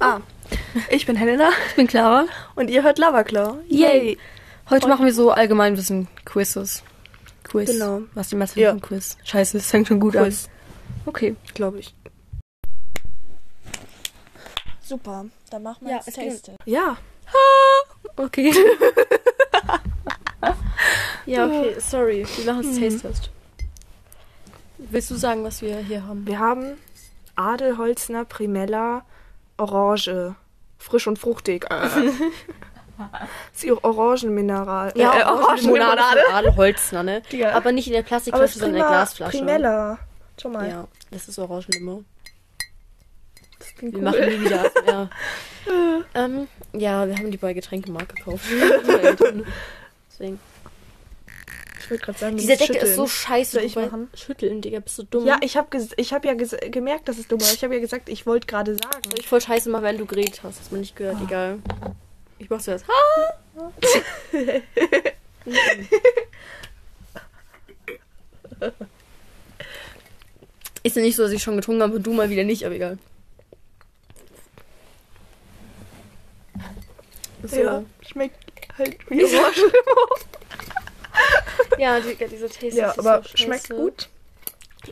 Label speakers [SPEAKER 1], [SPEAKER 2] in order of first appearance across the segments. [SPEAKER 1] Ah, ich bin Helena
[SPEAKER 2] Ich bin Clara.
[SPEAKER 1] und ihr hört Lavaclaw.
[SPEAKER 2] Yay! Heute machen wir so Allgemeinwissen-Quizzes. Quiz.
[SPEAKER 1] Genau.
[SPEAKER 2] Was die meinst
[SPEAKER 1] Ja.
[SPEAKER 2] ja. ein Quiz? Scheiße, es fängt schon gut
[SPEAKER 1] Quiz,
[SPEAKER 2] an. Okay.
[SPEAKER 1] glaube ich.
[SPEAKER 3] Super, dann machen wir
[SPEAKER 2] Ja,
[SPEAKER 3] jetzt
[SPEAKER 2] es
[SPEAKER 3] Taste.
[SPEAKER 1] Ja.
[SPEAKER 2] Okay.
[SPEAKER 1] Ja, okay, sorry.
[SPEAKER 2] Wir machen jetzt Taste-Test. Willst du sagen, was wir hier haben?
[SPEAKER 1] Wir haben Adelholzner Primella Orange. Frisch und fruchtig. Äh. ist ihr Orangenmineral.
[SPEAKER 2] oh,
[SPEAKER 1] äh,
[SPEAKER 2] Orangenlimonade von Adelholzner, ne?
[SPEAKER 1] Digga.
[SPEAKER 2] Aber nicht in der
[SPEAKER 1] Aber es
[SPEAKER 2] Plastikflasche,
[SPEAKER 1] ist
[SPEAKER 2] sondern in der
[SPEAKER 1] Prima,
[SPEAKER 2] Glasflasche.
[SPEAKER 1] Primella. Schau mal.
[SPEAKER 2] Ja, das ist Orangenlimo.
[SPEAKER 1] Das klingt
[SPEAKER 2] Wir
[SPEAKER 1] cool.
[SPEAKER 2] machen nie wieder. Ja. ähm, ja, wir haben die bei Getränkemarkt gekauft. Deswegen.
[SPEAKER 1] Ich wollte gerade sagen, du
[SPEAKER 2] Diese
[SPEAKER 1] musst
[SPEAKER 2] Decke ist so
[SPEAKER 1] schütteln.
[SPEAKER 2] scheiße.
[SPEAKER 1] Soll ich
[SPEAKER 2] wobei-
[SPEAKER 1] machen?
[SPEAKER 2] Schütteln, Digga, bist du dumm.
[SPEAKER 1] Ja, ich habe ich hab ja ges gemerkt, dass es dumm war. Ich habe ja gesagt, ich wollte gerade sagen.
[SPEAKER 2] Soll ich voll scheiße machen, wenn du geredet hast. Hast man nicht
[SPEAKER 1] Ah.
[SPEAKER 2] gehört, egal. Ich mach's zuerst. Ha! ist ja nicht so, dass ich schon getrunken habe und du mal wieder nicht, aber egal. So.
[SPEAKER 1] Ja, schmeckt halt wie Orange.
[SPEAKER 2] Ja, Digga, diese Taste
[SPEAKER 1] ja,
[SPEAKER 2] ist
[SPEAKER 1] aber
[SPEAKER 2] so scheiße.
[SPEAKER 1] schmeckt gut.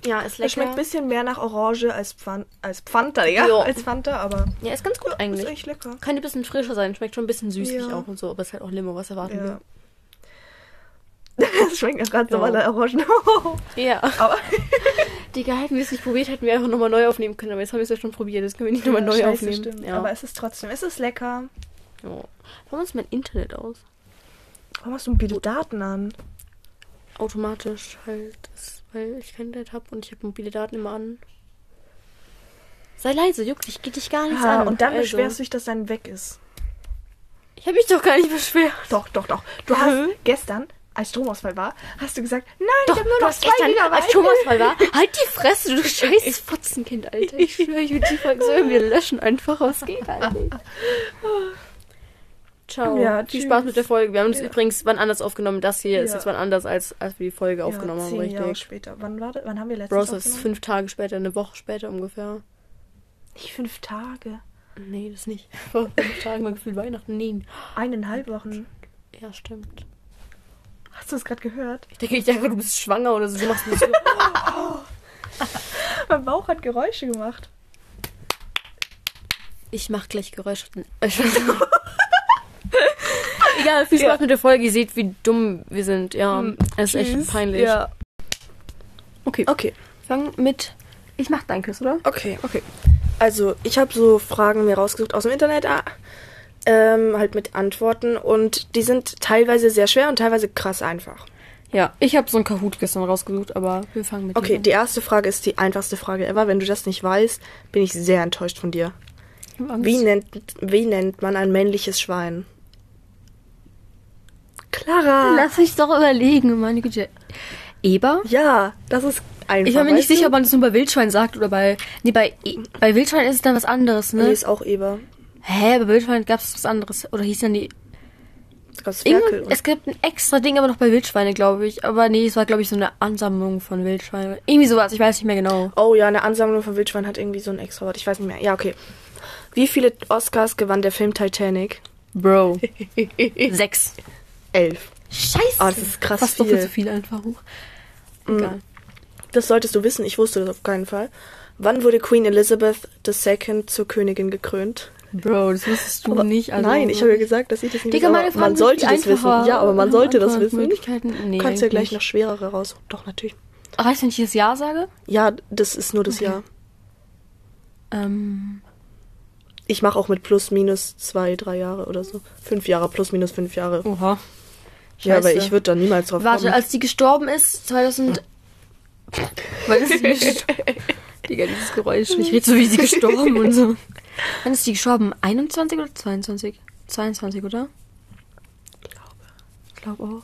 [SPEAKER 2] Ja, ist lecker.
[SPEAKER 1] Es schmeckt ein bisschen mehr nach Orange als, Pfan als Fanta, ja?
[SPEAKER 2] Jo.
[SPEAKER 1] Als Fanta, aber
[SPEAKER 2] ja, ist ganz gut
[SPEAKER 1] ist
[SPEAKER 2] eigentlich.
[SPEAKER 1] echt lecker.
[SPEAKER 2] Könnte ein bisschen frischer sein, schmeckt schon ein bisschen süßlich
[SPEAKER 1] Ja.
[SPEAKER 2] auch und so, aber ist halt auch Limo, was erwarten
[SPEAKER 1] Ja. Es schmeckt nach ganz
[SPEAKER 2] Ja.
[SPEAKER 1] normaler Orange.
[SPEAKER 2] wir. Ja.
[SPEAKER 1] aber
[SPEAKER 2] Digga, hätten wir es nicht probiert, hätten wir einfach nochmal neu aufnehmen können. Aber jetzt haben wir es ja schon probiert, jetzt können wir nicht nochmal neu
[SPEAKER 1] Scheiße,
[SPEAKER 2] aufnehmen.
[SPEAKER 1] stimmt.
[SPEAKER 2] Ja.
[SPEAKER 1] Aber es ist trotzdem, es ist lecker.
[SPEAKER 2] ja. Warum ist mein Internet aus?
[SPEAKER 1] Warum hast du mobile Daten an?
[SPEAKER 2] Automatisch halt, das, weil ich kein Internet habe und ich habe mobile Daten immer an. Sei leise, juckt dich, geht dich gar nichts
[SPEAKER 1] Ah,
[SPEAKER 2] an.
[SPEAKER 1] und dann
[SPEAKER 2] also.
[SPEAKER 1] beschwerst du dich, dass dein weg ist.
[SPEAKER 2] Ich habe mich doch gar nicht beschwert.
[SPEAKER 1] Doch, doch, doch. Du hast gestern, als Stromausfall war, hast du gesagt, nein, ich habe nur
[SPEAKER 2] du
[SPEAKER 1] noch
[SPEAKER 2] hast
[SPEAKER 1] zwei Gigabyte.
[SPEAKER 2] als Thomas mal war, halt die Fresse, du scheiß Fotzenkind, Alter. Ich schwöre, ich würde die Folge so, wir löschen einfach, was geht eigentlich. Ciao.
[SPEAKER 1] Ja,
[SPEAKER 2] Viel
[SPEAKER 1] tschüss.
[SPEAKER 2] Spaß mit der Folge. Wir haben uns
[SPEAKER 1] Ja.
[SPEAKER 2] übrigens wann anders aufgenommen. Das hier ist
[SPEAKER 1] Ja.
[SPEAKER 2] jetzt wann anders, als, als wir die Folge aufgenommen
[SPEAKER 1] ja,
[SPEAKER 2] haben,
[SPEAKER 1] zehn Jahre
[SPEAKER 2] richtig.
[SPEAKER 1] später. Wann war das? Wann haben wir letztens
[SPEAKER 2] Bros, das ist
[SPEAKER 1] aufgenommen?
[SPEAKER 2] fünf Tage später, eine Woche später ungefähr.
[SPEAKER 1] Nicht fünf Tage.
[SPEAKER 2] Nee, das nicht. Vor fünf Tagen war gefühlt Weihnachten. Nee.
[SPEAKER 1] Eineinhalb Wochen.
[SPEAKER 2] Ja, stimmt.
[SPEAKER 1] Hast du es gerade gehört?
[SPEAKER 2] Ich denke, ich dachte, du bist schwanger oder so. Du machst mich so.
[SPEAKER 1] Mein Bauch hat Geräusche gemacht.
[SPEAKER 2] Ich mach gleich Geräusche. Äh, Spaß. Egal, viel Spaß
[SPEAKER 1] Ja.
[SPEAKER 2] mit der Folge. Ihr seht, wie dumm wir sind. Ja,
[SPEAKER 1] Hm,
[SPEAKER 2] es ist echt
[SPEAKER 1] Tschüss.
[SPEAKER 2] peinlich.
[SPEAKER 1] Ja.
[SPEAKER 2] Okay,
[SPEAKER 1] Okay.
[SPEAKER 2] fang mit. Ich mach dein Kuss, oder?
[SPEAKER 1] Okay, okay. Also, ich habe so Fragen mir rausgesucht aus dem Internet, ah, ähm, halt mit Antworten und die sind teilweise sehr schwer und teilweise krass einfach.
[SPEAKER 2] Ja, ich habe so ein Kahoot gestern rausgesucht, aber wir fangen mit.
[SPEAKER 1] Okay,
[SPEAKER 2] dir
[SPEAKER 1] die erste Frage ist die einfachste Frage ever. Wenn du das nicht weißt, bin ich sehr enttäuscht von dir.
[SPEAKER 2] an.
[SPEAKER 1] Wie nennt, wie nennt man ein männliches Schwein? Clara!
[SPEAKER 2] Lass mich doch überlegen, meine Güte. Eber?
[SPEAKER 1] ja, das ist einfach.
[SPEAKER 2] Ich bin mir nicht
[SPEAKER 1] weißt du?
[SPEAKER 2] sicher, ob man das nur bei Wildschwein sagt oder bei. Nee, bei, E- bei Wildschwein ist es dann was anderes,
[SPEAKER 1] Nee,
[SPEAKER 2] ne?
[SPEAKER 1] ist auch Eber.
[SPEAKER 2] Hä, bei Wildschwein gab es was anderes. Oder hieß dann die
[SPEAKER 1] Da gab's Ferkel
[SPEAKER 2] Irgend,
[SPEAKER 1] und
[SPEAKER 2] es gibt ein extra Ding aber noch bei Wildschweine, glaube ich. Aber nee, es war, glaube ich, so eine Ansammlung von Wildschweinen. Irgendwie sowas, ich weiß nicht mehr genau.
[SPEAKER 1] Oh ja, eine Ansammlung von Wildschweinen hat irgendwie so ein extra Wort. Ich weiß nicht mehr. Ja, okay. Wie viele Oscars gewann der Film Titanic?
[SPEAKER 2] Bro. Sechs.
[SPEAKER 1] Elf.
[SPEAKER 2] Scheiße.
[SPEAKER 1] Ah, das ist krass
[SPEAKER 2] Fast
[SPEAKER 1] viel.
[SPEAKER 2] doppelt so viel Mm. einfach hoch. Egal.
[SPEAKER 1] Das solltest du wissen. Ich wusste das auf keinen Fall. Wann wurde Queen Elizabeth II zur Königin gekrönt?
[SPEAKER 2] Bro, das wusstest du nicht. Also
[SPEAKER 1] Nein, ich habe ja gesagt, dass ich das nicht
[SPEAKER 2] Digga,
[SPEAKER 1] weiß,
[SPEAKER 2] meine
[SPEAKER 1] aber
[SPEAKER 2] Frage
[SPEAKER 1] Man sollte das wissen. Ja, aber man sollte das wissen.
[SPEAKER 2] Möglichkeiten? Nee,
[SPEAKER 1] Du kannst ja gleich noch
[SPEAKER 2] noch.
[SPEAKER 1] schwerere raus. Doch, natürlich.
[SPEAKER 2] Reicht, wenn ich das Ja sage?
[SPEAKER 1] Ja, das ist nur das Jahr.
[SPEAKER 2] Ähm,
[SPEAKER 1] Ich mache auch mit plus, minus zwei, drei Jahre oder so. Fünf Jahre, plus, minus fünf Jahre.
[SPEAKER 2] oha.
[SPEAKER 1] ja, aber
[SPEAKER 2] Oh, Scheiße.
[SPEAKER 1] ich würde da niemals drauf
[SPEAKER 2] Warte,
[SPEAKER 1] kommen.
[SPEAKER 2] als die gestorben ist, 2000. Wann ist die gestorben? Digga, dieses Geräusch. Ich rede so, wie sie gestorben und so. Wann ist die gestorben? 21 oder 22? 22, oder? Ich glaube auch.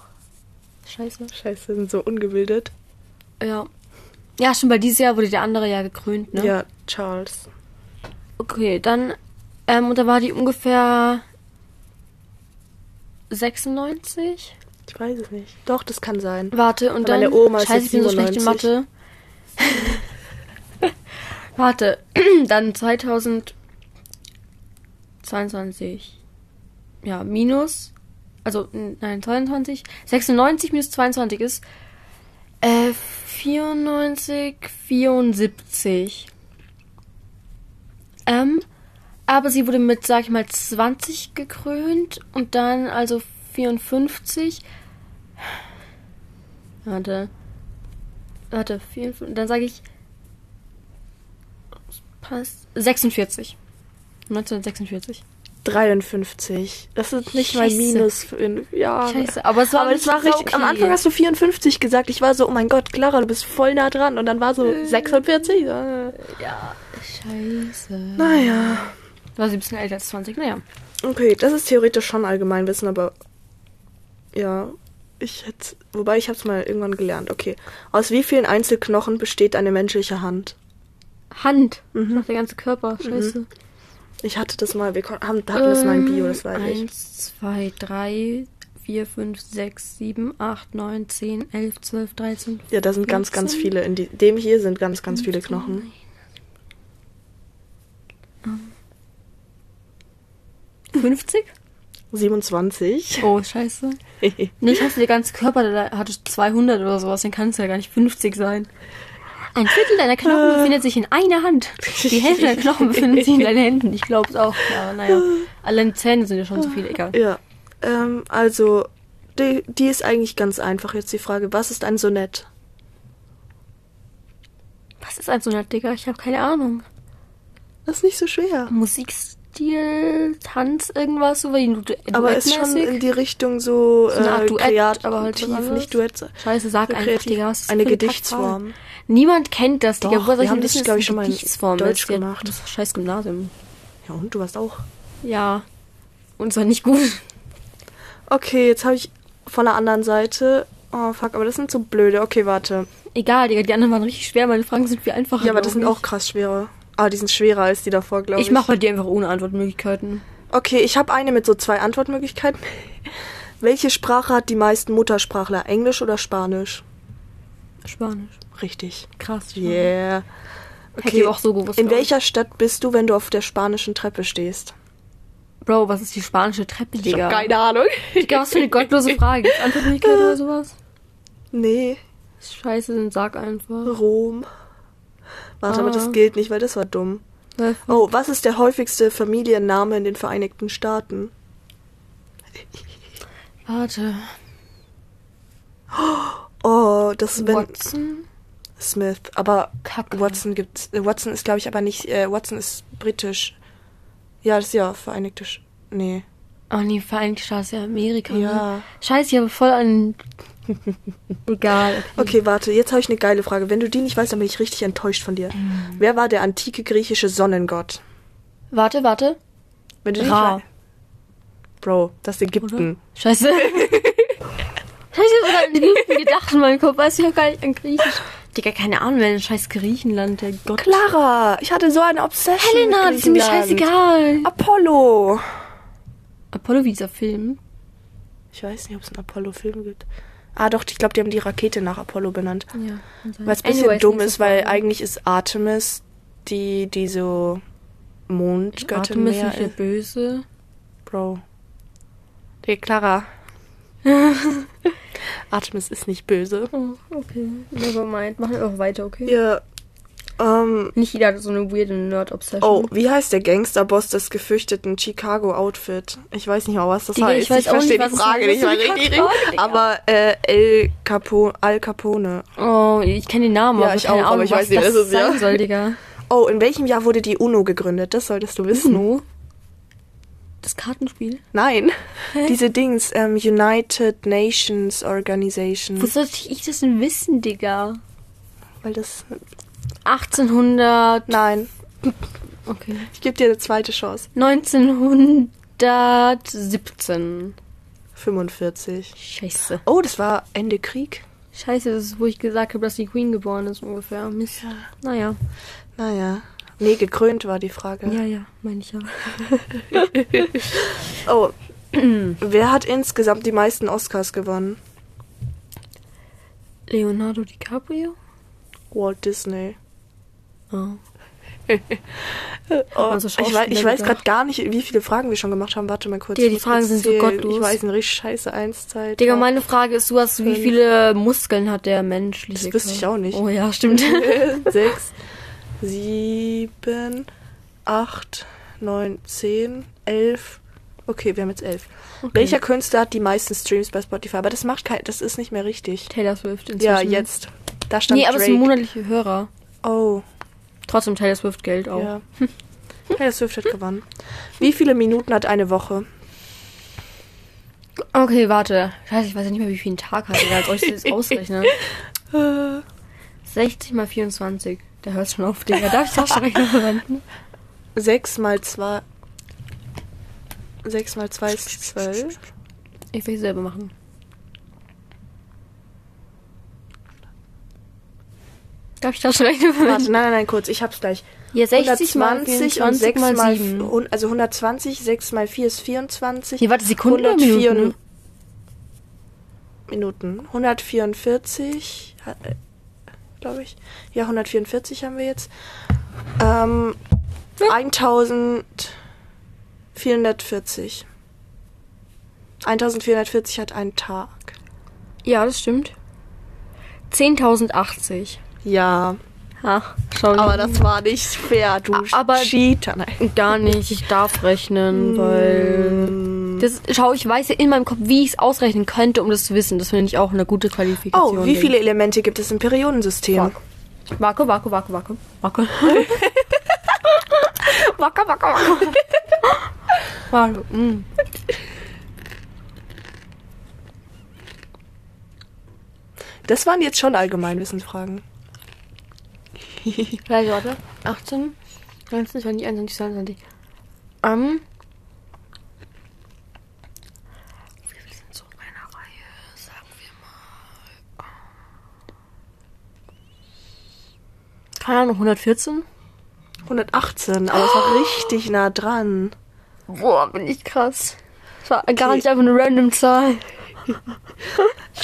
[SPEAKER 2] Scheiße.
[SPEAKER 1] Scheiße, sind so ungebildet.
[SPEAKER 2] Ja. Ja, schon bei dieses Jahr wurde der andere ja gekrönt, ne?
[SPEAKER 1] Ja, Charles.
[SPEAKER 2] Okay, dann. Ähm, und da war die ungefähr. 96?
[SPEAKER 1] Ich weiß es nicht. Doch, das kann sein.
[SPEAKER 2] Warte, und
[SPEAKER 1] Weil
[SPEAKER 2] dann.
[SPEAKER 1] meine Oma ist
[SPEAKER 2] Scheiße,
[SPEAKER 1] jetzt
[SPEAKER 2] ich bin so schlecht in
[SPEAKER 1] 97.
[SPEAKER 2] Mathe. Warte, dann 2000. 22. Ja, minus. Also, n- nein, 22. 96 minus 22 ist. Äh, 94, 74. Ähm, aber sie wurde mit, sag ich mal, 20 gekrönt und dann also 54. Warte. Warte, 54. Dann sage ich. Passt. 46. 1946.
[SPEAKER 4] 53. Das sind nicht mal
[SPEAKER 2] Scheiße.
[SPEAKER 4] minus 5 Jahre.
[SPEAKER 2] Scheiße, aber es war
[SPEAKER 4] Aber Oh, das war richtig. Am Anfang hast du 54 gesagt. Ich war so, oh mein Gott, Clara, du bist voll nah dran. Und dann war so 46. Äh,
[SPEAKER 2] Ja. Scheiße.
[SPEAKER 4] naja.
[SPEAKER 2] War sie ein bisschen älter als 20, naja.
[SPEAKER 4] Okay, das ist theoretisch schon Allgemeinwissen, aber ja, ich hätte. Wobei ich hab's mal irgendwann gelernt. Okay. Aus wie vielen Einzelknochen besteht eine menschliche Hand?
[SPEAKER 2] Hand.
[SPEAKER 4] Mhm.
[SPEAKER 2] Noch der ganze Körper. Scheiße.
[SPEAKER 4] Ich hatte das mal, wir kon- haben, hatten das mal in Bio, das
[SPEAKER 2] Ähm,
[SPEAKER 4] weiß ich.
[SPEAKER 2] 1, 2, 3, 4, 5, 6, 7, 8, 9, 10, 11, 12, 13.
[SPEAKER 4] Ja, da sind ganz, ganz
[SPEAKER 2] 14?
[SPEAKER 4] viele. In die, dem hier sind ganz, ganz viele Knochen.
[SPEAKER 2] Ähm. 50?
[SPEAKER 4] 27.
[SPEAKER 2] Oh, scheiße. Nee, ich hatte den ganzen Körper, da hatte ich 200 oder sowas, dann kann es ja gar nicht 50 sein. Ein Viertel deiner
[SPEAKER 4] Ah.
[SPEAKER 2] Knochen befindet sich in einer Hand. Die Hälfte der Knochen befindet sich in deinen Händen. Ich glaube es auch. Aber naja, allein Zähne sind ja schon so viel, egal.
[SPEAKER 4] ja. Ähm, also, die, die ist eigentlich ganz einfach. Jetzt die Frage, was ist ein Sonett?
[SPEAKER 2] Was ist ein Sonett, Digga? Ich habe keine Ahnung.
[SPEAKER 4] Das ist nicht so schwer.
[SPEAKER 2] Musikstil, Tanz, irgendwas, so wie du
[SPEAKER 4] Aber ist schon in die Richtung so,
[SPEAKER 2] eine Art
[SPEAKER 4] äh,
[SPEAKER 2] Duett,
[SPEAKER 4] kreativ,
[SPEAKER 2] aber halt was anderes.
[SPEAKER 4] nicht Duett. so
[SPEAKER 2] Scheiße, sag einfach,
[SPEAKER 4] kreativ.
[SPEAKER 2] Digga, was ist das
[SPEAKER 4] eine
[SPEAKER 2] für eine
[SPEAKER 4] Gedichtsform.
[SPEAKER 2] Niemand kennt das, Digga.
[SPEAKER 4] Doch,
[SPEAKER 2] Woher soll
[SPEAKER 4] wir
[SPEAKER 2] ich
[SPEAKER 4] haben
[SPEAKER 2] denn
[SPEAKER 4] das,
[SPEAKER 2] wissen,
[SPEAKER 4] glaub
[SPEAKER 2] dass
[SPEAKER 4] ich,
[SPEAKER 2] es
[SPEAKER 4] schon mal in
[SPEAKER 2] Gedichtsform
[SPEAKER 4] Deutsch
[SPEAKER 2] ist? Ja,
[SPEAKER 4] gemacht.
[SPEAKER 2] Das ist scheiß Gymnasium.
[SPEAKER 4] Ja, und du warst auch.
[SPEAKER 2] Ja. Und zwar nicht gut.
[SPEAKER 4] Okay, jetzt habe ich von der anderen Seite. Oh fuck, aber das sind so blöde. Okay, warte.
[SPEAKER 2] Egal, Digga, die anderen waren richtig schwer, meine Fragen sind viel einfacher.
[SPEAKER 4] Ja, aber
[SPEAKER 2] glaub
[SPEAKER 4] das sind
[SPEAKER 2] ich.
[SPEAKER 4] auch krass schwere. Ah, die sind schwerer als die davor, glaube ich.
[SPEAKER 2] Ich mache bei dir einfach ohne Antwortmöglichkeiten.
[SPEAKER 4] Okay, ich habe eine mit so zwei Antwortmöglichkeiten. Welche Sprache hat die meisten Muttersprachler? Englisch oder Spanisch?
[SPEAKER 2] Spanisch.
[SPEAKER 4] Richtig.
[SPEAKER 2] Krass. Spanisch.
[SPEAKER 4] Yeah.
[SPEAKER 2] Mhm.
[SPEAKER 4] Okay.
[SPEAKER 2] Hätte ich auch so gewusst,
[SPEAKER 4] In
[SPEAKER 2] glaub ich.
[SPEAKER 4] welcher Stadt bist du, wenn du auf der spanischen Treppe stehst?
[SPEAKER 2] Bro, was ist die spanische Treppe, Digga?
[SPEAKER 4] hab Ahnung.
[SPEAKER 2] Digga, was für eine gottlose Frage. Gibt's Antwortmöglichkeiten oder sowas?
[SPEAKER 4] Nee,
[SPEAKER 2] Scheiße, dann sag einfach.
[SPEAKER 4] Rom. Warte, aber
[SPEAKER 2] Ah.
[SPEAKER 4] das gilt nicht, weil das war dumm. Oh, was ist der häufigste Familienname in den Vereinigten Staaten?
[SPEAKER 2] Warte.
[SPEAKER 4] Oh, das ist wenn
[SPEAKER 2] Watson?
[SPEAKER 4] Smith. Aber
[SPEAKER 2] Kacke.
[SPEAKER 4] Watson gibt's. äh, Watson ist, glaube ich, aber nicht. Äh, Watson ist britisch. Ja, das ist ja Vereinigte. Sch nee.
[SPEAKER 2] Oh nee, Vereinigte Staaten ist ja Amerika.
[SPEAKER 4] Ja.
[SPEAKER 2] Ne? Scheiße, ich habe voll an. Egal.
[SPEAKER 4] Okay, warte, jetzt habe ich eine geile Frage. Wenn du die nicht weißt, dann bin ich richtig enttäuscht von dir.
[SPEAKER 2] Mhm.
[SPEAKER 4] Wer war der antike griechische Sonnengott?
[SPEAKER 2] Warte, warte.
[SPEAKER 4] Wenn du die
[SPEAKER 2] Ra.
[SPEAKER 4] nicht weißt. Bro, das ist
[SPEAKER 2] Hm.
[SPEAKER 4] Ägypten.
[SPEAKER 2] Scheiße. Scheiße, ich habe an Griechen gedacht in meinem Kopf. Weißt du, ich habe gar nicht an Griechisch. Digga, keine Ahnung, wer in scheiß Griechenland, der Gott.
[SPEAKER 4] Clara, ich hatte so eine Obsession.
[SPEAKER 2] Helena,
[SPEAKER 4] mit
[SPEAKER 2] das ist mir
[SPEAKER 4] Griechenland.
[SPEAKER 2] scheißegal.
[SPEAKER 4] Apollo.
[SPEAKER 2] Apollo, wie dieser Film.
[SPEAKER 4] Ich weiß nicht, ob es einen Apollo-Film gibt. Ah, doch, ich glaube, die haben die Rakete nach Apollo benannt.
[SPEAKER 2] Ja.
[SPEAKER 4] Was ein bisschen dumm ist, weil eigentlich ist Artemis die, die so Mondgöttin
[SPEAKER 2] Artemis
[SPEAKER 4] mehr
[SPEAKER 2] nicht der
[SPEAKER 4] ist.
[SPEAKER 2] Böse.
[SPEAKER 4] Bro. Hey, Clara. Artemis ist nicht böse.
[SPEAKER 2] Oh, okay. Nevermind. Machen wir auch weiter, okay?
[SPEAKER 4] Ja. Ähm,
[SPEAKER 2] Nicht jeder hat so eine weirde Nerd-Obsession.
[SPEAKER 4] oh, wie heißt der Gangsterboss des gefürchteten Chicago-Outfit? Ich weiß nicht mal, was das
[SPEAKER 2] Digga,
[SPEAKER 4] heißt.
[SPEAKER 2] ich weiß auch
[SPEAKER 4] verstehe
[SPEAKER 2] nicht, was
[SPEAKER 4] die
[SPEAKER 2] es
[SPEAKER 4] Frage
[SPEAKER 2] ist.
[SPEAKER 4] nicht mal
[SPEAKER 2] Das ist eine
[SPEAKER 4] richtig.
[SPEAKER 2] Kackfrage, Digga.
[SPEAKER 4] Aber äh, El Capo Al Capone.
[SPEAKER 2] Oh, ich kenne den Namen,
[SPEAKER 4] Ja,
[SPEAKER 2] aber
[SPEAKER 4] ich
[SPEAKER 2] keine
[SPEAKER 4] auch,
[SPEAKER 2] Ahnung,
[SPEAKER 4] aber ich
[SPEAKER 2] was
[SPEAKER 4] weiß nicht,
[SPEAKER 2] das
[SPEAKER 4] wer es ist, ja.
[SPEAKER 2] sein soll, Digga.
[SPEAKER 4] Oh, in welchem Jahr wurde die UNO gegründet? Das solltest du wissen.
[SPEAKER 2] No. Das Kartenspiel.
[SPEAKER 4] Nein. Diese Dings, ähm, United Nations Organization.
[SPEAKER 2] Wo sollte ich das denn wissen, Digga?
[SPEAKER 4] Weil das.
[SPEAKER 2] 1800.
[SPEAKER 4] Nein.
[SPEAKER 2] Okay.
[SPEAKER 4] Ich gebe dir eine zweite Chance.
[SPEAKER 2] 1917.
[SPEAKER 4] 45.
[SPEAKER 2] Scheiße.
[SPEAKER 4] Oh, das war Ende Krieg.
[SPEAKER 2] Scheiße, das ist, wo ich gesagt habe, dass die Queen geboren ist, ungefähr. Mist. Naja.
[SPEAKER 4] Naja. Nee, gekrönt war die Frage.
[SPEAKER 2] Ja, ja, meine ich ja.
[SPEAKER 4] Oh. Wer hat insgesamt die meisten Oscars gewonnen?
[SPEAKER 2] Leonardo DiCaprio?
[SPEAKER 4] Walt Disney.
[SPEAKER 2] Oh.
[SPEAKER 4] Oh,
[SPEAKER 2] so
[SPEAKER 4] ich weiß, ich
[SPEAKER 2] Also Schauspieler
[SPEAKER 4] weiß gerade
[SPEAKER 2] gedacht.
[SPEAKER 4] gar nicht, wie viele Fragen wir schon gemacht haben. Warte mal kurz.
[SPEAKER 2] Die-
[SPEAKER 4] ich
[SPEAKER 2] die
[SPEAKER 4] muss
[SPEAKER 2] Fragen
[SPEAKER 4] kurz
[SPEAKER 2] sind so
[SPEAKER 4] zählen.
[SPEAKER 2] gottlos.
[SPEAKER 4] Ich weiß, eine richtig scheiße Oh. eins, zwei,
[SPEAKER 2] Digga,
[SPEAKER 4] drei.
[SPEAKER 2] meine Frage ist, Suas, wie viele Muskeln hat der menschliche
[SPEAKER 4] Das wüsste ich
[SPEAKER 2] Körper?
[SPEAKER 4] auch nicht.
[SPEAKER 2] Oh ja, stimmt.
[SPEAKER 4] sechs, sieben, acht, neun, zehn, elf. Okay, wir haben jetzt elf. Welcher Künstler hat die meisten Streams bei Spotify? Aber das macht kein, das ist nicht mehr richtig.
[SPEAKER 2] Taylor Swift inzwischen.
[SPEAKER 4] Ja, jetzt. Da stand
[SPEAKER 2] Nee, aber es
[SPEAKER 4] Drake.
[SPEAKER 2] sind monatliche Hörer.
[SPEAKER 4] Oh,
[SPEAKER 2] Trotzdem Taylor Swift Geld auch.
[SPEAKER 4] ja. Taylor Swift hat gewonnen. Wie viele Minuten hat eine Woche?
[SPEAKER 2] Okay, warte. Scheiße, ich weiß ja nicht mehr, wie viel ein Tag hat. Egal, soll ich das jetzt ausrechnen?
[SPEAKER 4] Äh,
[SPEAKER 2] 60 mal 24. Der hört schon auf, Digga. Darf ich Taschenrechner verwenden?
[SPEAKER 4] sechs mal zwei. Sechs mal zwei ist zwölf.
[SPEAKER 2] Ich will es selber machen. Darf ich Taschenrechner verwenden?
[SPEAKER 4] Warte, nein, nein, nein, kurz, ich hab's gleich.
[SPEAKER 2] Ja, 60 mal
[SPEAKER 4] 120 und
[SPEAKER 2] 24
[SPEAKER 4] 6
[SPEAKER 2] mal
[SPEAKER 4] mal,
[SPEAKER 2] sieben.
[SPEAKER 4] hun- also 120, 6 mal 4 ist 24.
[SPEAKER 2] Nee, warte, Sekunden oder
[SPEAKER 4] 104
[SPEAKER 2] Minuten?
[SPEAKER 4] Minuten. 144, glaube ich. Ja, 144 haben wir jetzt. Ähm, 1440. 1440 hat einen Tag.
[SPEAKER 2] Ja, das stimmt. 10.080.
[SPEAKER 4] Ja,
[SPEAKER 2] Ha, schau
[SPEAKER 4] aber das war nicht fair, du
[SPEAKER 2] A- aber-
[SPEAKER 4] Cheater. Nein.
[SPEAKER 2] Gar nicht, ich darf rechnen,
[SPEAKER 4] Hm.
[SPEAKER 2] weil. Das, schau, ich weiß ja in meinem Kopf, wie ich es ausrechnen könnte, um das zu wissen. Das finde ich auch eine gute Qualifikation.
[SPEAKER 4] Oh, wie viele Elemente gibt es im Periodensystem?
[SPEAKER 2] Fuck. Wacke, wacke, wacke, wacke. Wacke. wacke, wacke, wacke. Warte, mm.
[SPEAKER 4] Das waren jetzt schon Allgemeinwissensfragen.
[SPEAKER 2] Gleich, warte. 18, 19, 20, 21, 22. Ähm. Wie viele sind so in einer Reihe? Sagen wir mal. Keine Ahnung, 114?
[SPEAKER 4] 118, aber es war richtig nah dran.
[SPEAKER 2] Boah, bin ich krass. Das war gar nicht einfach eine random Zahl.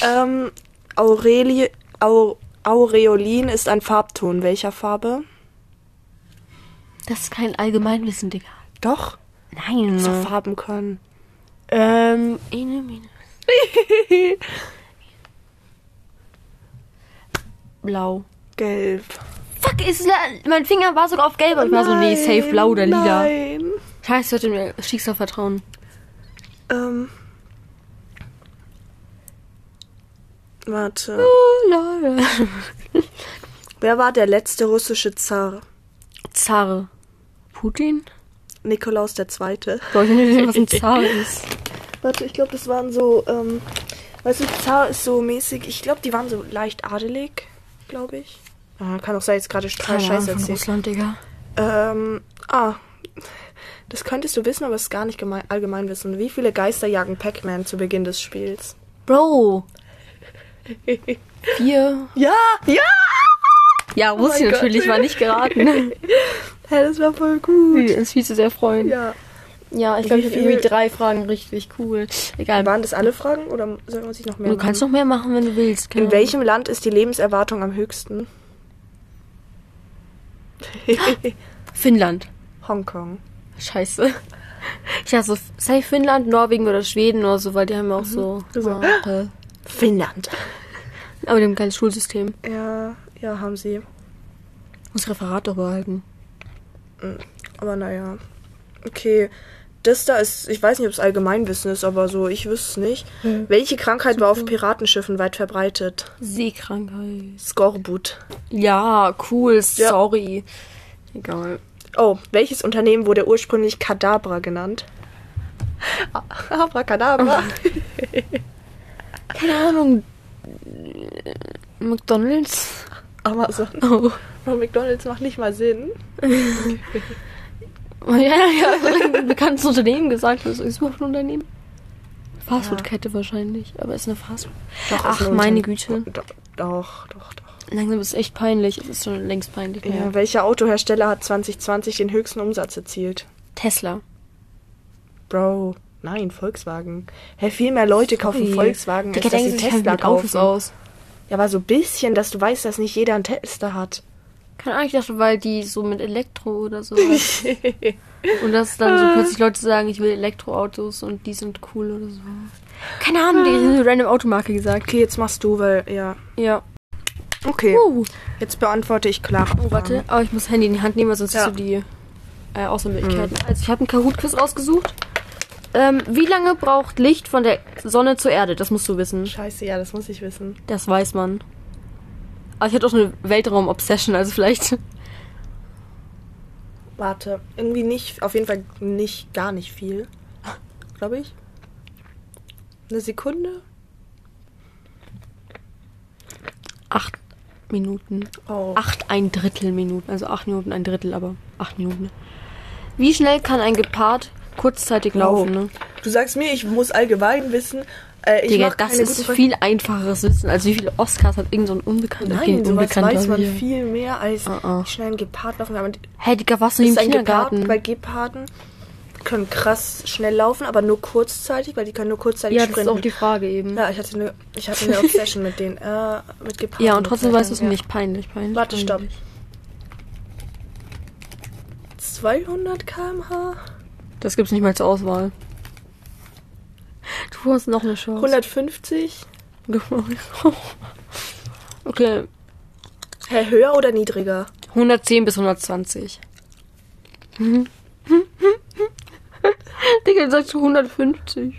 [SPEAKER 4] Ähm, Aurelie, Au, Aureolin ist ein Farbton. Welcher Farbe?
[SPEAKER 2] Das ist kein Allgemeinwissen, Digga.
[SPEAKER 4] Doch,
[SPEAKER 2] Nein.
[SPEAKER 4] so Farben können.
[SPEAKER 2] Ähm, eine Minus. Blau.
[SPEAKER 4] Gelb.
[SPEAKER 2] Fuck, ist la- mein Finger war sogar auf gelb. Und ich war so, nee, safe blau oder lila.
[SPEAKER 4] Nein.
[SPEAKER 2] Scheiße, ich sollte mir Schicksal vertrauen.
[SPEAKER 4] Ähm. Warte.
[SPEAKER 2] Oh,
[SPEAKER 4] Wer war der letzte russische Zar?
[SPEAKER 2] Zare. Putin?
[SPEAKER 4] Nikolaus II.
[SPEAKER 2] Soll ich nicht wissen, was ein Zar ist?
[SPEAKER 4] Warte, ich glaube, das waren so, ähm, weißt du, Zar ist so mäßig, ich glaube, die waren so leicht adelig, glaube ich. Ah, kann auch sein, jetzt gerade total scheiße
[SPEAKER 2] von
[SPEAKER 4] erzählt.
[SPEAKER 2] Russland, Digga.
[SPEAKER 4] Ähm, ah, das könntest du wissen, aber es ist gar nicht gemein, allgemein wissen. Wie viele Geister jagen Pac-Man zu Beginn des Spiels?
[SPEAKER 2] Bro. Vier.
[SPEAKER 4] Ja, ja!
[SPEAKER 2] Ja, wusste ich
[SPEAKER 4] mein
[SPEAKER 2] natürlich,
[SPEAKER 4] Gott.
[SPEAKER 2] war nicht geraten.
[SPEAKER 4] Hä, das war voll gut.
[SPEAKER 2] Das ist viel zu sehr freuen.
[SPEAKER 4] Ja.
[SPEAKER 2] Ja, ich glaube, ich habe
[SPEAKER 4] Wie viel-
[SPEAKER 2] irgendwie drei Fragen richtig. Cool. Egal.
[SPEAKER 4] Waren das alle Fragen oder soll man sich noch mehr
[SPEAKER 2] Du kannst noch mehr machen, wenn du willst. genau.
[SPEAKER 4] In welchem Land ist die Lebenserwartung am höchsten?
[SPEAKER 2] Finnland.
[SPEAKER 4] Hongkong.
[SPEAKER 2] Scheiße. Ich dachte so, sei Finnland, Norwegen oder Schweden oder so, weil die
[SPEAKER 4] Mhm,
[SPEAKER 2] haben ja auch so.
[SPEAKER 4] So.
[SPEAKER 2] äh,
[SPEAKER 4] Finnland.
[SPEAKER 2] aber die haben kein Schulsystem.
[SPEAKER 4] Ja, ja, haben sie.
[SPEAKER 2] Muss Referat darüber halten.
[SPEAKER 4] Aber naja. Okay. Das da ist, ich weiß nicht, ob es Allgemeinwissen ist, aber so, ich wüsste es nicht. Welche Krankheit war auf Piratenschiffen weit verbreitet?
[SPEAKER 2] Seekrankheit.
[SPEAKER 4] Skorbut.
[SPEAKER 2] Ja, cool,
[SPEAKER 4] Ja.
[SPEAKER 2] sorry. Egal.
[SPEAKER 4] Oh, welches Unternehmen wurde ursprünglich Kadabra genannt? Abracadabra.
[SPEAKER 2] Keine Ahnung. McDonalds?
[SPEAKER 4] Amazon.
[SPEAKER 2] Oh.
[SPEAKER 4] Aber McDonalds macht nicht mal Sinn.
[SPEAKER 2] Ja, ja, ja. Ein bekanntes Unternehmen gesagt. Was ist überhaupt ein Unternehmen? Fastfood-Kette wahrscheinlich. Aber ist eine Fastfood. Ach, meine Güte.
[SPEAKER 4] Doch, doch, doch. doch.
[SPEAKER 2] Langsam ist es echt peinlich. Es ist schon längst peinlich.
[SPEAKER 4] Ja.
[SPEAKER 2] Ja.
[SPEAKER 4] Welcher Autohersteller hat 2020 den höchsten Umsatz erzielt?
[SPEAKER 2] Tesla.
[SPEAKER 4] Bro. Nein, Volkswagen. Hä, viel mehr Leute kaufen Volkswagen,
[SPEAKER 2] Digga,
[SPEAKER 4] als dass
[SPEAKER 2] denken
[SPEAKER 4] sie
[SPEAKER 2] sich halt
[SPEAKER 4] Tesla
[SPEAKER 2] mit Autos
[SPEAKER 4] kaufen.
[SPEAKER 2] aus.
[SPEAKER 4] Ja, aber so ein bisschen, dass du weißt, dass nicht jeder einen Tesla hat.
[SPEAKER 2] Keine Ahnung, ich dachte, weil die so mit Elektro oder so. und dass dann so plötzlich Leute sagen, ich will Elektroautos und die sind cool oder so. Keine Ahnung, die haben eine random Automarke gesagt.
[SPEAKER 4] Okay, jetzt machst du, weil, ja.
[SPEAKER 2] Ja.
[SPEAKER 4] Okay,
[SPEAKER 2] Uh,
[SPEAKER 4] jetzt beantworte ich Clara.
[SPEAKER 2] oh, warte. Aber ich muss das Handy in die Hand nehmen, weil sonst
[SPEAKER 4] Ja.
[SPEAKER 2] hast du die äh, Auswahlmöglichkeiten. Also ich habe einen Kahoot-Quiz ausgesucht. Ähm, wie lange braucht Licht von der Sonne zur Erde? Das musst du wissen.
[SPEAKER 4] Scheiße, ja, das muss ich wissen.
[SPEAKER 2] Das weiß man. Aber ich hatte auch eine Weltraum-Obsession, also vielleicht.
[SPEAKER 4] Warte, irgendwie nicht, auf jeden Fall nicht, gar nicht viel. Glaube ich. Eine Sekunde?
[SPEAKER 2] Acht Minuten.
[SPEAKER 4] Oh.
[SPEAKER 2] Acht ein Drittel Minuten. Also acht Minuten ein Drittel, aber acht Minuten. ne? Wie schnell kann ein Gepard kurzzeitig laufen? Ne?
[SPEAKER 4] Du sagst mir, ich muss allgemein wissen. Äh, ich
[SPEAKER 2] Digga,
[SPEAKER 4] mach
[SPEAKER 2] das
[SPEAKER 4] keine
[SPEAKER 2] ist
[SPEAKER 4] guten Fragen.
[SPEAKER 2] viel einfacheres Wissen. Also wie viele Oscars hat irgend so ein Unbekannter?
[SPEAKER 4] Nein, sowas
[SPEAKER 2] Unbekannter
[SPEAKER 4] weiß man
[SPEAKER 2] hier.
[SPEAKER 4] viel mehr als
[SPEAKER 2] Ah, ah.
[SPEAKER 4] wie schnell ein Gepard laufen. kann. Aber
[SPEAKER 2] Hey, Digga, warst du
[SPEAKER 4] ist
[SPEAKER 2] nicht im
[SPEAKER 4] ein Gepard,
[SPEAKER 2] Kindergarten?
[SPEAKER 4] bei Geparden können krass schnell laufen, aber nur kurzzeitig, weil die können nur kurzzeitig
[SPEAKER 2] ja, das ist
[SPEAKER 4] sprinten.
[SPEAKER 2] auch die Frage eben. Ja,
[SPEAKER 4] ja, ich hatte eine, ich hatte eine Obsession mit denen, äh, mit Geparden.
[SPEAKER 2] und trotzdem
[SPEAKER 4] Klettern,
[SPEAKER 2] weißt du es
[SPEAKER 4] ja.
[SPEAKER 2] nicht. Peinlich, peinlich.
[SPEAKER 4] Warte, stopp.
[SPEAKER 2] peinlich.
[SPEAKER 4] 200 km/h?
[SPEAKER 2] Das gibt's nicht mal zur Auswahl. Du hast noch eine Chance.
[SPEAKER 4] 150?
[SPEAKER 2] okay,
[SPEAKER 4] Hä, höher oder niedriger?
[SPEAKER 2] 110 bis 120. Digga, du sagst 150.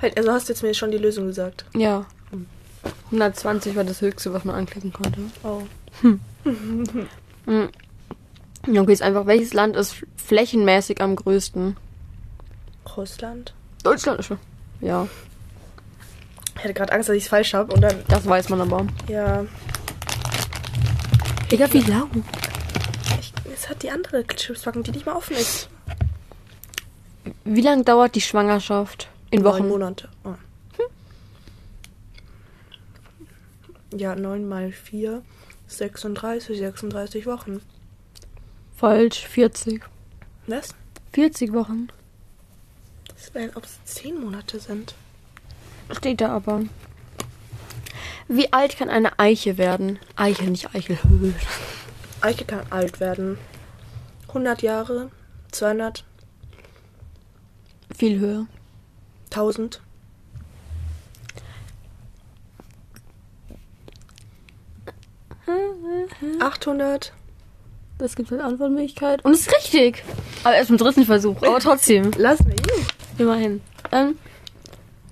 [SPEAKER 4] Halt, also hast du jetzt mir schon die Lösung gesagt.
[SPEAKER 2] Ja. 120 war das höchste, was man anklicken konnte. Hm.
[SPEAKER 4] Oh.
[SPEAKER 2] Ja, Okay, ist einfach, welches Land ist flächenmäßig am größten?
[SPEAKER 4] Russland?
[SPEAKER 2] Deutschland ist schon. Ja,
[SPEAKER 4] Ich hatte gerade Angst, dass ich es falsch habe und dann,
[SPEAKER 2] das weiß man aber.
[SPEAKER 4] ja.
[SPEAKER 2] Digga, wie laut.
[SPEAKER 4] Ich, es hat die andere Chipspackung, die nicht mal offen ist.
[SPEAKER 2] Wie lange dauert die Schwangerschaft? In
[SPEAKER 4] Neun
[SPEAKER 2] Wochen.
[SPEAKER 4] Monate. Oh. Ja, 9 mal 4, 36, 36 Wochen.
[SPEAKER 2] Falsch, 40.
[SPEAKER 4] Was?
[SPEAKER 2] 40 Wochen.
[SPEAKER 4] Das wären, ob es 10 Monate sind.
[SPEAKER 2] Steht da aber. Wie alt kann eine Eiche werden? Eiche, nicht Eichel.
[SPEAKER 4] Eike kann alt werden. 100 Jahre, 200,
[SPEAKER 2] Viel höher.
[SPEAKER 4] 1000. Achthundert.
[SPEAKER 2] Das gibt halt Antwortmöglichkeit. Und es ist richtig. Aber erst im dritten Versuch. Aber trotzdem.
[SPEAKER 4] Lass mich.
[SPEAKER 2] Immerhin. Ähm,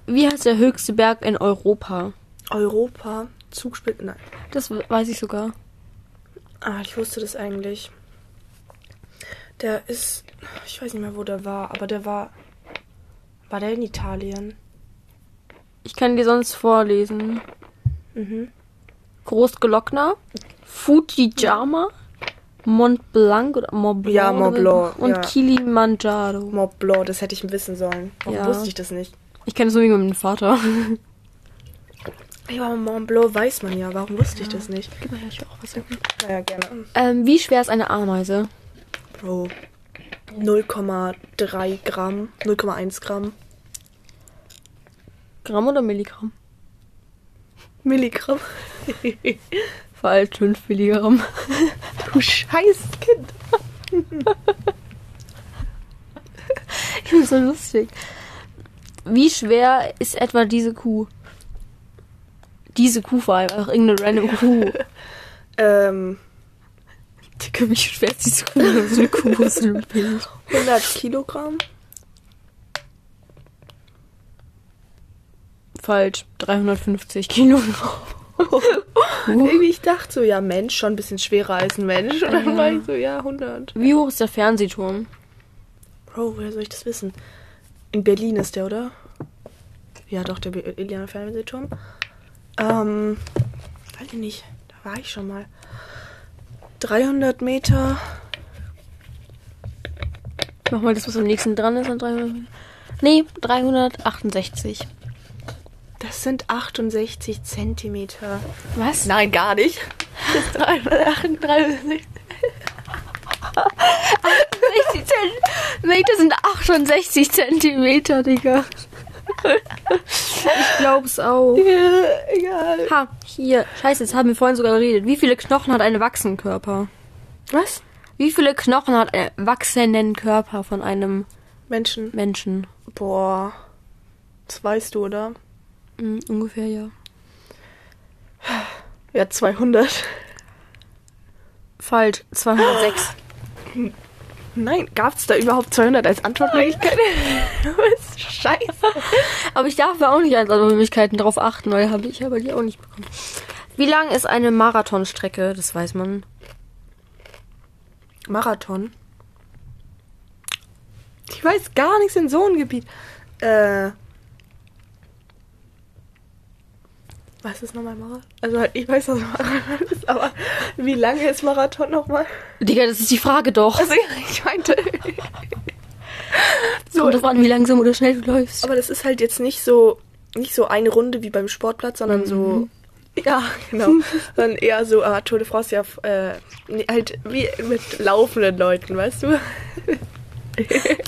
[SPEAKER 2] wie heißt der höchste Berg in Europa?
[SPEAKER 4] Europa, Zugspitze. Nein.
[SPEAKER 2] Das we- weiß ich sogar.
[SPEAKER 4] Ah, ich wusste das eigentlich. Der ist. Ich weiß nicht mehr, wo der war, aber der war. War der in Italien?
[SPEAKER 2] Ich kann dir sonst vorlesen.
[SPEAKER 4] Mhm.
[SPEAKER 2] Großglockner, Fujiyama, Mont Blanc oder Mont Blanc.
[SPEAKER 4] Ja, Mont Blanc,
[SPEAKER 2] Und
[SPEAKER 4] ja.
[SPEAKER 2] Kilimanjaro.
[SPEAKER 4] Mont Blanc, das hätte ich wissen sollen. Warum
[SPEAKER 2] Ja.
[SPEAKER 4] wusste ich das nicht?
[SPEAKER 2] Ich kenne es nur wegen meinem Vater.
[SPEAKER 4] Ja, aber Mont Blanc weiß man ja. Warum wusste ich das nicht?
[SPEAKER 2] Gib mal her, ich will auch was sagen.
[SPEAKER 4] Naja, gerne.
[SPEAKER 2] Ähm, wie schwer ist eine Ameise?
[SPEAKER 4] Bro. 0,3 Gramm, 0,1 Gramm,
[SPEAKER 2] Gramm oder Milligramm?
[SPEAKER 4] Milligramm.
[SPEAKER 2] Falsch, 5 Milligramm.
[SPEAKER 4] Du scheiß Kind.
[SPEAKER 2] Ich bin so lustig. Wie schwer ist etwa diese Kuh? Diese Kuh vor allem, einfach irgendeine random Kuh.
[SPEAKER 4] Ähm,
[SPEAKER 2] Dicke, wie schwer ist diese Kuh? So eine Kuh ist ein Bild.
[SPEAKER 4] 100 Kilogramm,
[SPEAKER 2] Falsch, 350 Kilogramm.
[SPEAKER 4] Irgendwie, ich dachte so, ja, Mensch, schon ein bisschen schwerer als ein Mensch. Und dann war ich so, ja, 100.
[SPEAKER 2] Wie hoch ist der Fernsehturm?
[SPEAKER 4] Bro, woher soll ich das wissen? In Berlin ist der, oder? Ja, doch, der Be- Berliner Fernsehturm. Ähm, weiß ich nicht. Da war ich schon mal. 300 Meter.
[SPEAKER 2] Mach mal das, was am nächsten dran ist an 300. Nee, 368.
[SPEAKER 4] Das sind 68 Zentimeter.
[SPEAKER 2] Was?
[SPEAKER 4] Nein, gar nicht. Das ist 338.
[SPEAKER 2] 60 Zentimeter sind 68 Zentimeter, Digga. Ich glaub's auch.
[SPEAKER 4] Ja, egal.
[SPEAKER 2] Ha, hier. Scheiße, jetzt haben wir vorhin sogar geredet. Wie viele Knochen hat ein Wachsenkörper?
[SPEAKER 4] Was?
[SPEAKER 2] Wie viele Knochen hat ein wachsenden Körper von einem
[SPEAKER 4] Menschen.
[SPEAKER 2] Menschen?
[SPEAKER 4] Boah. Das weißt du, oder?
[SPEAKER 2] Hm, ungefähr, ja.
[SPEAKER 4] Ja, 200.
[SPEAKER 2] Falsch, 206.
[SPEAKER 4] Nein, gab's da überhaupt 200 als Antwortmöglichkeit? Was? Scheiße.
[SPEAKER 2] Aber ich darf ja auch nicht als andere Möglichkeiten drauf achten, weil habe ich aber die auch nicht bekommen. Wie lang ist eine Marathonstrecke? Das weiß man.
[SPEAKER 4] Marathon. Ich weiß gar nichts in so einem Gebiet. Äh. Was ist nochmal Marathon? Also halt, ich weiß, was Marathon ist, aber wie lange ist Marathon nochmal?
[SPEAKER 2] Digga, das ist die Frage doch.
[SPEAKER 4] Also ja, ich meinte.
[SPEAKER 2] So, Kommt drauf an, wie langsam oder schnell du läufst.
[SPEAKER 4] Aber das ist halt jetzt nicht so nicht so eine Runde wie beim Sportplatz, sondern
[SPEAKER 2] Mhm.
[SPEAKER 4] so. Ja, genau. Dann eher so, ah, Tour de France ja äh, nee, halt wie mit laufenden Leuten, weißt du?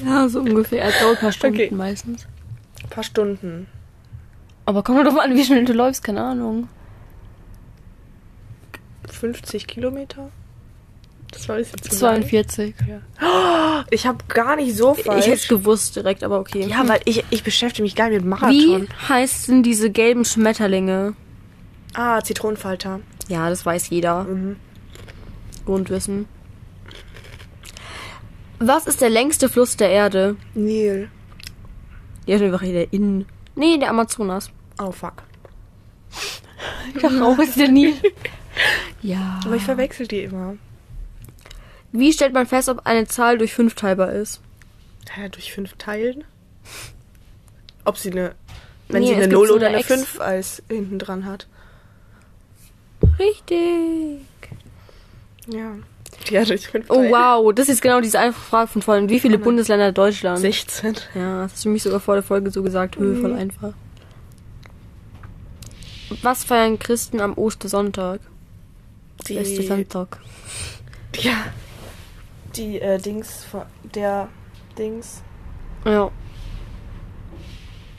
[SPEAKER 2] Ja, so ungefähr. Es dauert ein paar Stunden
[SPEAKER 4] Okay.
[SPEAKER 2] meistens.
[SPEAKER 4] Ein paar Stunden.
[SPEAKER 2] Aber kommt drauf an, wie schnell du läufst, keine Ahnung.
[SPEAKER 4] 50 Kilometer? Das war ein bisschen zu lang.
[SPEAKER 2] 42.
[SPEAKER 4] Ich habe gar nicht so falsch.
[SPEAKER 2] Ich hätte es gewusst direkt, aber okay.
[SPEAKER 4] ja, weil ich, ich beschäftige mich gar nicht mit
[SPEAKER 2] Wie
[SPEAKER 4] Marathon.
[SPEAKER 2] heißen diese gelben Schmetterlinge?
[SPEAKER 4] Ah, Zitronenfalter.
[SPEAKER 2] Ja, das weiß jeder. Grundwissen. Was ist der längste Fluss der Erde?
[SPEAKER 4] Nil.
[SPEAKER 2] Ja, einfach der Inn. Nee, der Amazonas.
[SPEAKER 4] Oh, fuck.
[SPEAKER 2] Rauch ist der Nil. ja.
[SPEAKER 4] Aber ich verwechsel die immer.
[SPEAKER 2] Wie stellt man fest, ob eine Zahl durch 5 teilbar ist?
[SPEAKER 4] Ja, durch fünf teilen. Ob sie eine. Wenn
[SPEAKER 2] Nee,
[SPEAKER 4] sie
[SPEAKER 2] es
[SPEAKER 4] eine
[SPEAKER 2] gibt
[SPEAKER 4] 0
[SPEAKER 2] so
[SPEAKER 4] oder
[SPEAKER 2] eine
[SPEAKER 4] eine
[SPEAKER 2] Ex-
[SPEAKER 4] 5 als hinten dran hat.
[SPEAKER 2] Richtig.
[SPEAKER 4] Ja. Ja, durch fünf
[SPEAKER 2] Oh
[SPEAKER 4] teilen.
[SPEAKER 2] wow, das ist genau diese einfache Frage von vorhin. Wie viele Bundesländer hat Deutschland?
[SPEAKER 4] 16.
[SPEAKER 2] Ja, das hast du mich sogar vor der Folge so gesagt. Höhe voll einfach. Was feiern Christen am Ostersonntag?
[SPEAKER 4] Die,
[SPEAKER 2] Ostersonntag.
[SPEAKER 4] ja. Die äh, Dings von. Der. Dings.
[SPEAKER 2] Ja.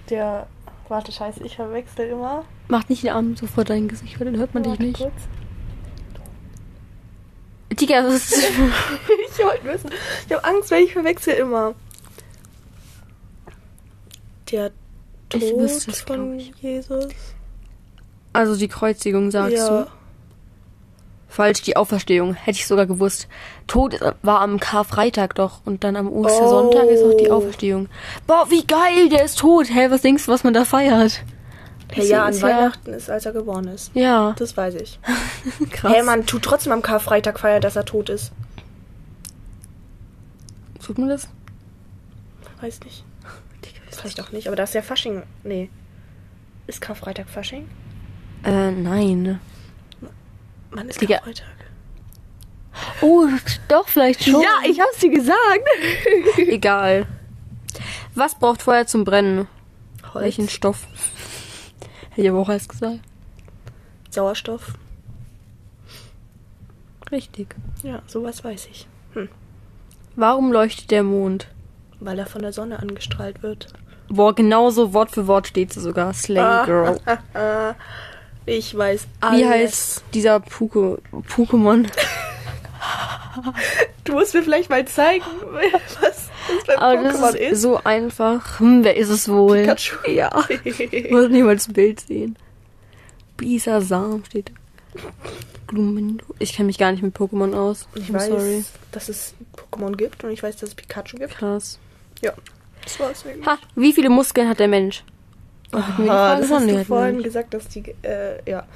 [SPEAKER 4] Der. Warte, scheiße, ich verwechsel immer.
[SPEAKER 2] Mach nicht den Arm so vor dein Gesicht, weil dann hört man dich
[SPEAKER 4] Warte
[SPEAKER 2] nicht.
[SPEAKER 4] kurz.
[SPEAKER 2] Digga, was ist
[SPEAKER 4] Ich wollte wissen. Ich habe Angst, weil ich verwechsel immer. Der
[SPEAKER 2] Ich
[SPEAKER 4] Tod
[SPEAKER 2] wüsste es,
[SPEAKER 4] von
[SPEAKER 2] glaub
[SPEAKER 4] Jesus.
[SPEAKER 2] Also die Kreuzigung, sagst
[SPEAKER 4] ja.
[SPEAKER 2] du? Falsch, die Auferstehung. Hätte ich sogar gewusst. Tod war am Karfreitag doch und dann am Ostersonntag ist noch die
[SPEAKER 4] Oh.
[SPEAKER 2] Auferstehung. Boah, wie geil, der ist tot. Hä, was denkst du, was man da feiert?
[SPEAKER 4] Ja,
[SPEAKER 2] Deswegen
[SPEAKER 4] ja, an
[SPEAKER 2] ist
[SPEAKER 4] Weihnachten ist, als er geboren ist.
[SPEAKER 2] Ja,
[SPEAKER 4] Das weiß ich.
[SPEAKER 2] krass.
[SPEAKER 4] Hey, man tut trotzdem am Karfreitag feiern, dass er tot ist.
[SPEAKER 2] Tut man das?
[SPEAKER 4] Weiß nicht. Vielleicht auch nicht, aber das ist ja Fasching. Nee. Ist Karfreitag Fasching?
[SPEAKER 2] Äh, nein.
[SPEAKER 4] Mann, ist
[SPEAKER 2] Digga.
[SPEAKER 4] Karfreitag.
[SPEAKER 2] Oh, doch, vielleicht schon.
[SPEAKER 4] Ja, ich hab's dir gesagt.
[SPEAKER 2] Egal. Was braucht Feuer zum Brennen? Welchen
[SPEAKER 4] Holz,
[SPEAKER 2] Stoff? Hätte ich aber auch erst gesagt.
[SPEAKER 4] Sauerstoff.
[SPEAKER 2] Richtig.
[SPEAKER 4] Ja, sowas weiß ich.
[SPEAKER 2] Warum leuchtet der Mond?
[SPEAKER 4] Weil er von der Sonne angestrahlt wird.
[SPEAKER 2] Mhm. Boah, genauso Wort für Wort steht sie sogar. Slay Girl.
[SPEAKER 4] Ich weiß Ah, alles.
[SPEAKER 2] Wie heißt dieser Puke, Pokémon?
[SPEAKER 4] Du musst mir vielleicht mal zeigen, was das beim
[SPEAKER 2] Aber das
[SPEAKER 4] Pokémon
[SPEAKER 2] ist,
[SPEAKER 4] ist.
[SPEAKER 2] so einfach. Hm, wer ist es wohl?
[SPEAKER 4] Pikachu.
[SPEAKER 2] Ja. Ich wollte nicht mal das Bild sehen. Bisa Sam steht da. Glumindo. Ich kenne mich gar nicht mit Pokémon aus.
[SPEAKER 4] ich
[SPEAKER 2] I'm
[SPEAKER 4] weiß,
[SPEAKER 2] sorry.
[SPEAKER 4] dass es Pokémon gibt und ich weiß, dass es Pikachu gibt.
[SPEAKER 2] Krass.
[SPEAKER 4] Ja. Das war's eben.
[SPEAKER 2] Ha, wie viele Muskeln hat der Mensch? Hatten wir die
[SPEAKER 4] Ah,
[SPEAKER 2] Frage
[SPEAKER 4] das
[SPEAKER 2] schon? ne? Nee,
[SPEAKER 4] hast du
[SPEAKER 2] hatten wir
[SPEAKER 4] vorhin
[SPEAKER 2] nicht.
[SPEAKER 4] gesagt, dass die, äh, ja.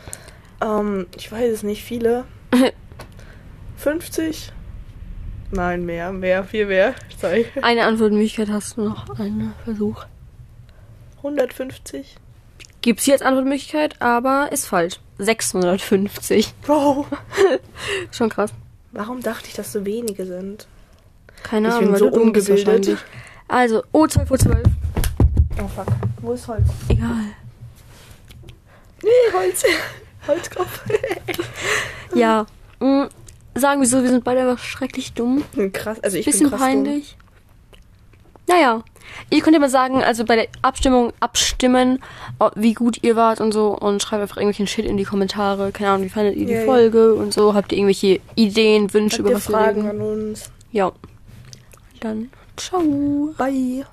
[SPEAKER 4] Ähm, ich weiß es nicht, viele. 50? Nein, mehr, mehr, viel mehr. Sorry.
[SPEAKER 2] Eine Antwortmöglichkeit hast du noch. Einen Versuch.
[SPEAKER 4] 150?
[SPEAKER 2] Gibt's hier als Antwortmöglichkeit, aber ist falsch. 650.
[SPEAKER 4] Bro.
[SPEAKER 2] Schon krass.
[SPEAKER 4] Warum dachte ich, dass so wenige sind?
[SPEAKER 2] Keine
[SPEAKER 4] Ich
[SPEAKER 2] Ahnung,
[SPEAKER 4] bin
[SPEAKER 2] weil
[SPEAKER 4] so
[SPEAKER 2] du dumm bist
[SPEAKER 4] ungebildet.
[SPEAKER 2] wahrscheinlich. Also, O12, O12.
[SPEAKER 4] Oh fuck. Wo ist Holz?
[SPEAKER 2] Egal.
[SPEAKER 4] Nee, Holz. Holzkopf. Hm.
[SPEAKER 2] Ja. mm, Sagen wir so, wir sind beide einfach schrecklich dumm.
[SPEAKER 4] krass. Also ich
[SPEAKER 2] Bisschen
[SPEAKER 4] bin krass
[SPEAKER 2] peinlich. Naja. Ihr könnt ja mal sagen, also bei der Abstimmung abstimmen, ob- wie gut ihr wart und so und schreibt einfach irgendwelchen Shit in die Kommentare. Keine Ahnung, wie fandet ihr die
[SPEAKER 4] Ja, ja.
[SPEAKER 2] Folge und so. Habt ihr irgendwelche Ideen, Wünsche,
[SPEAKER 4] Habt
[SPEAKER 2] über
[SPEAKER 4] ihr
[SPEAKER 2] was wir
[SPEAKER 4] Fragen
[SPEAKER 2] reden?
[SPEAKER 4] an uns?
[SPEAKER 2] Ja. Dann ciao.
[SPEAKER 4] Bye.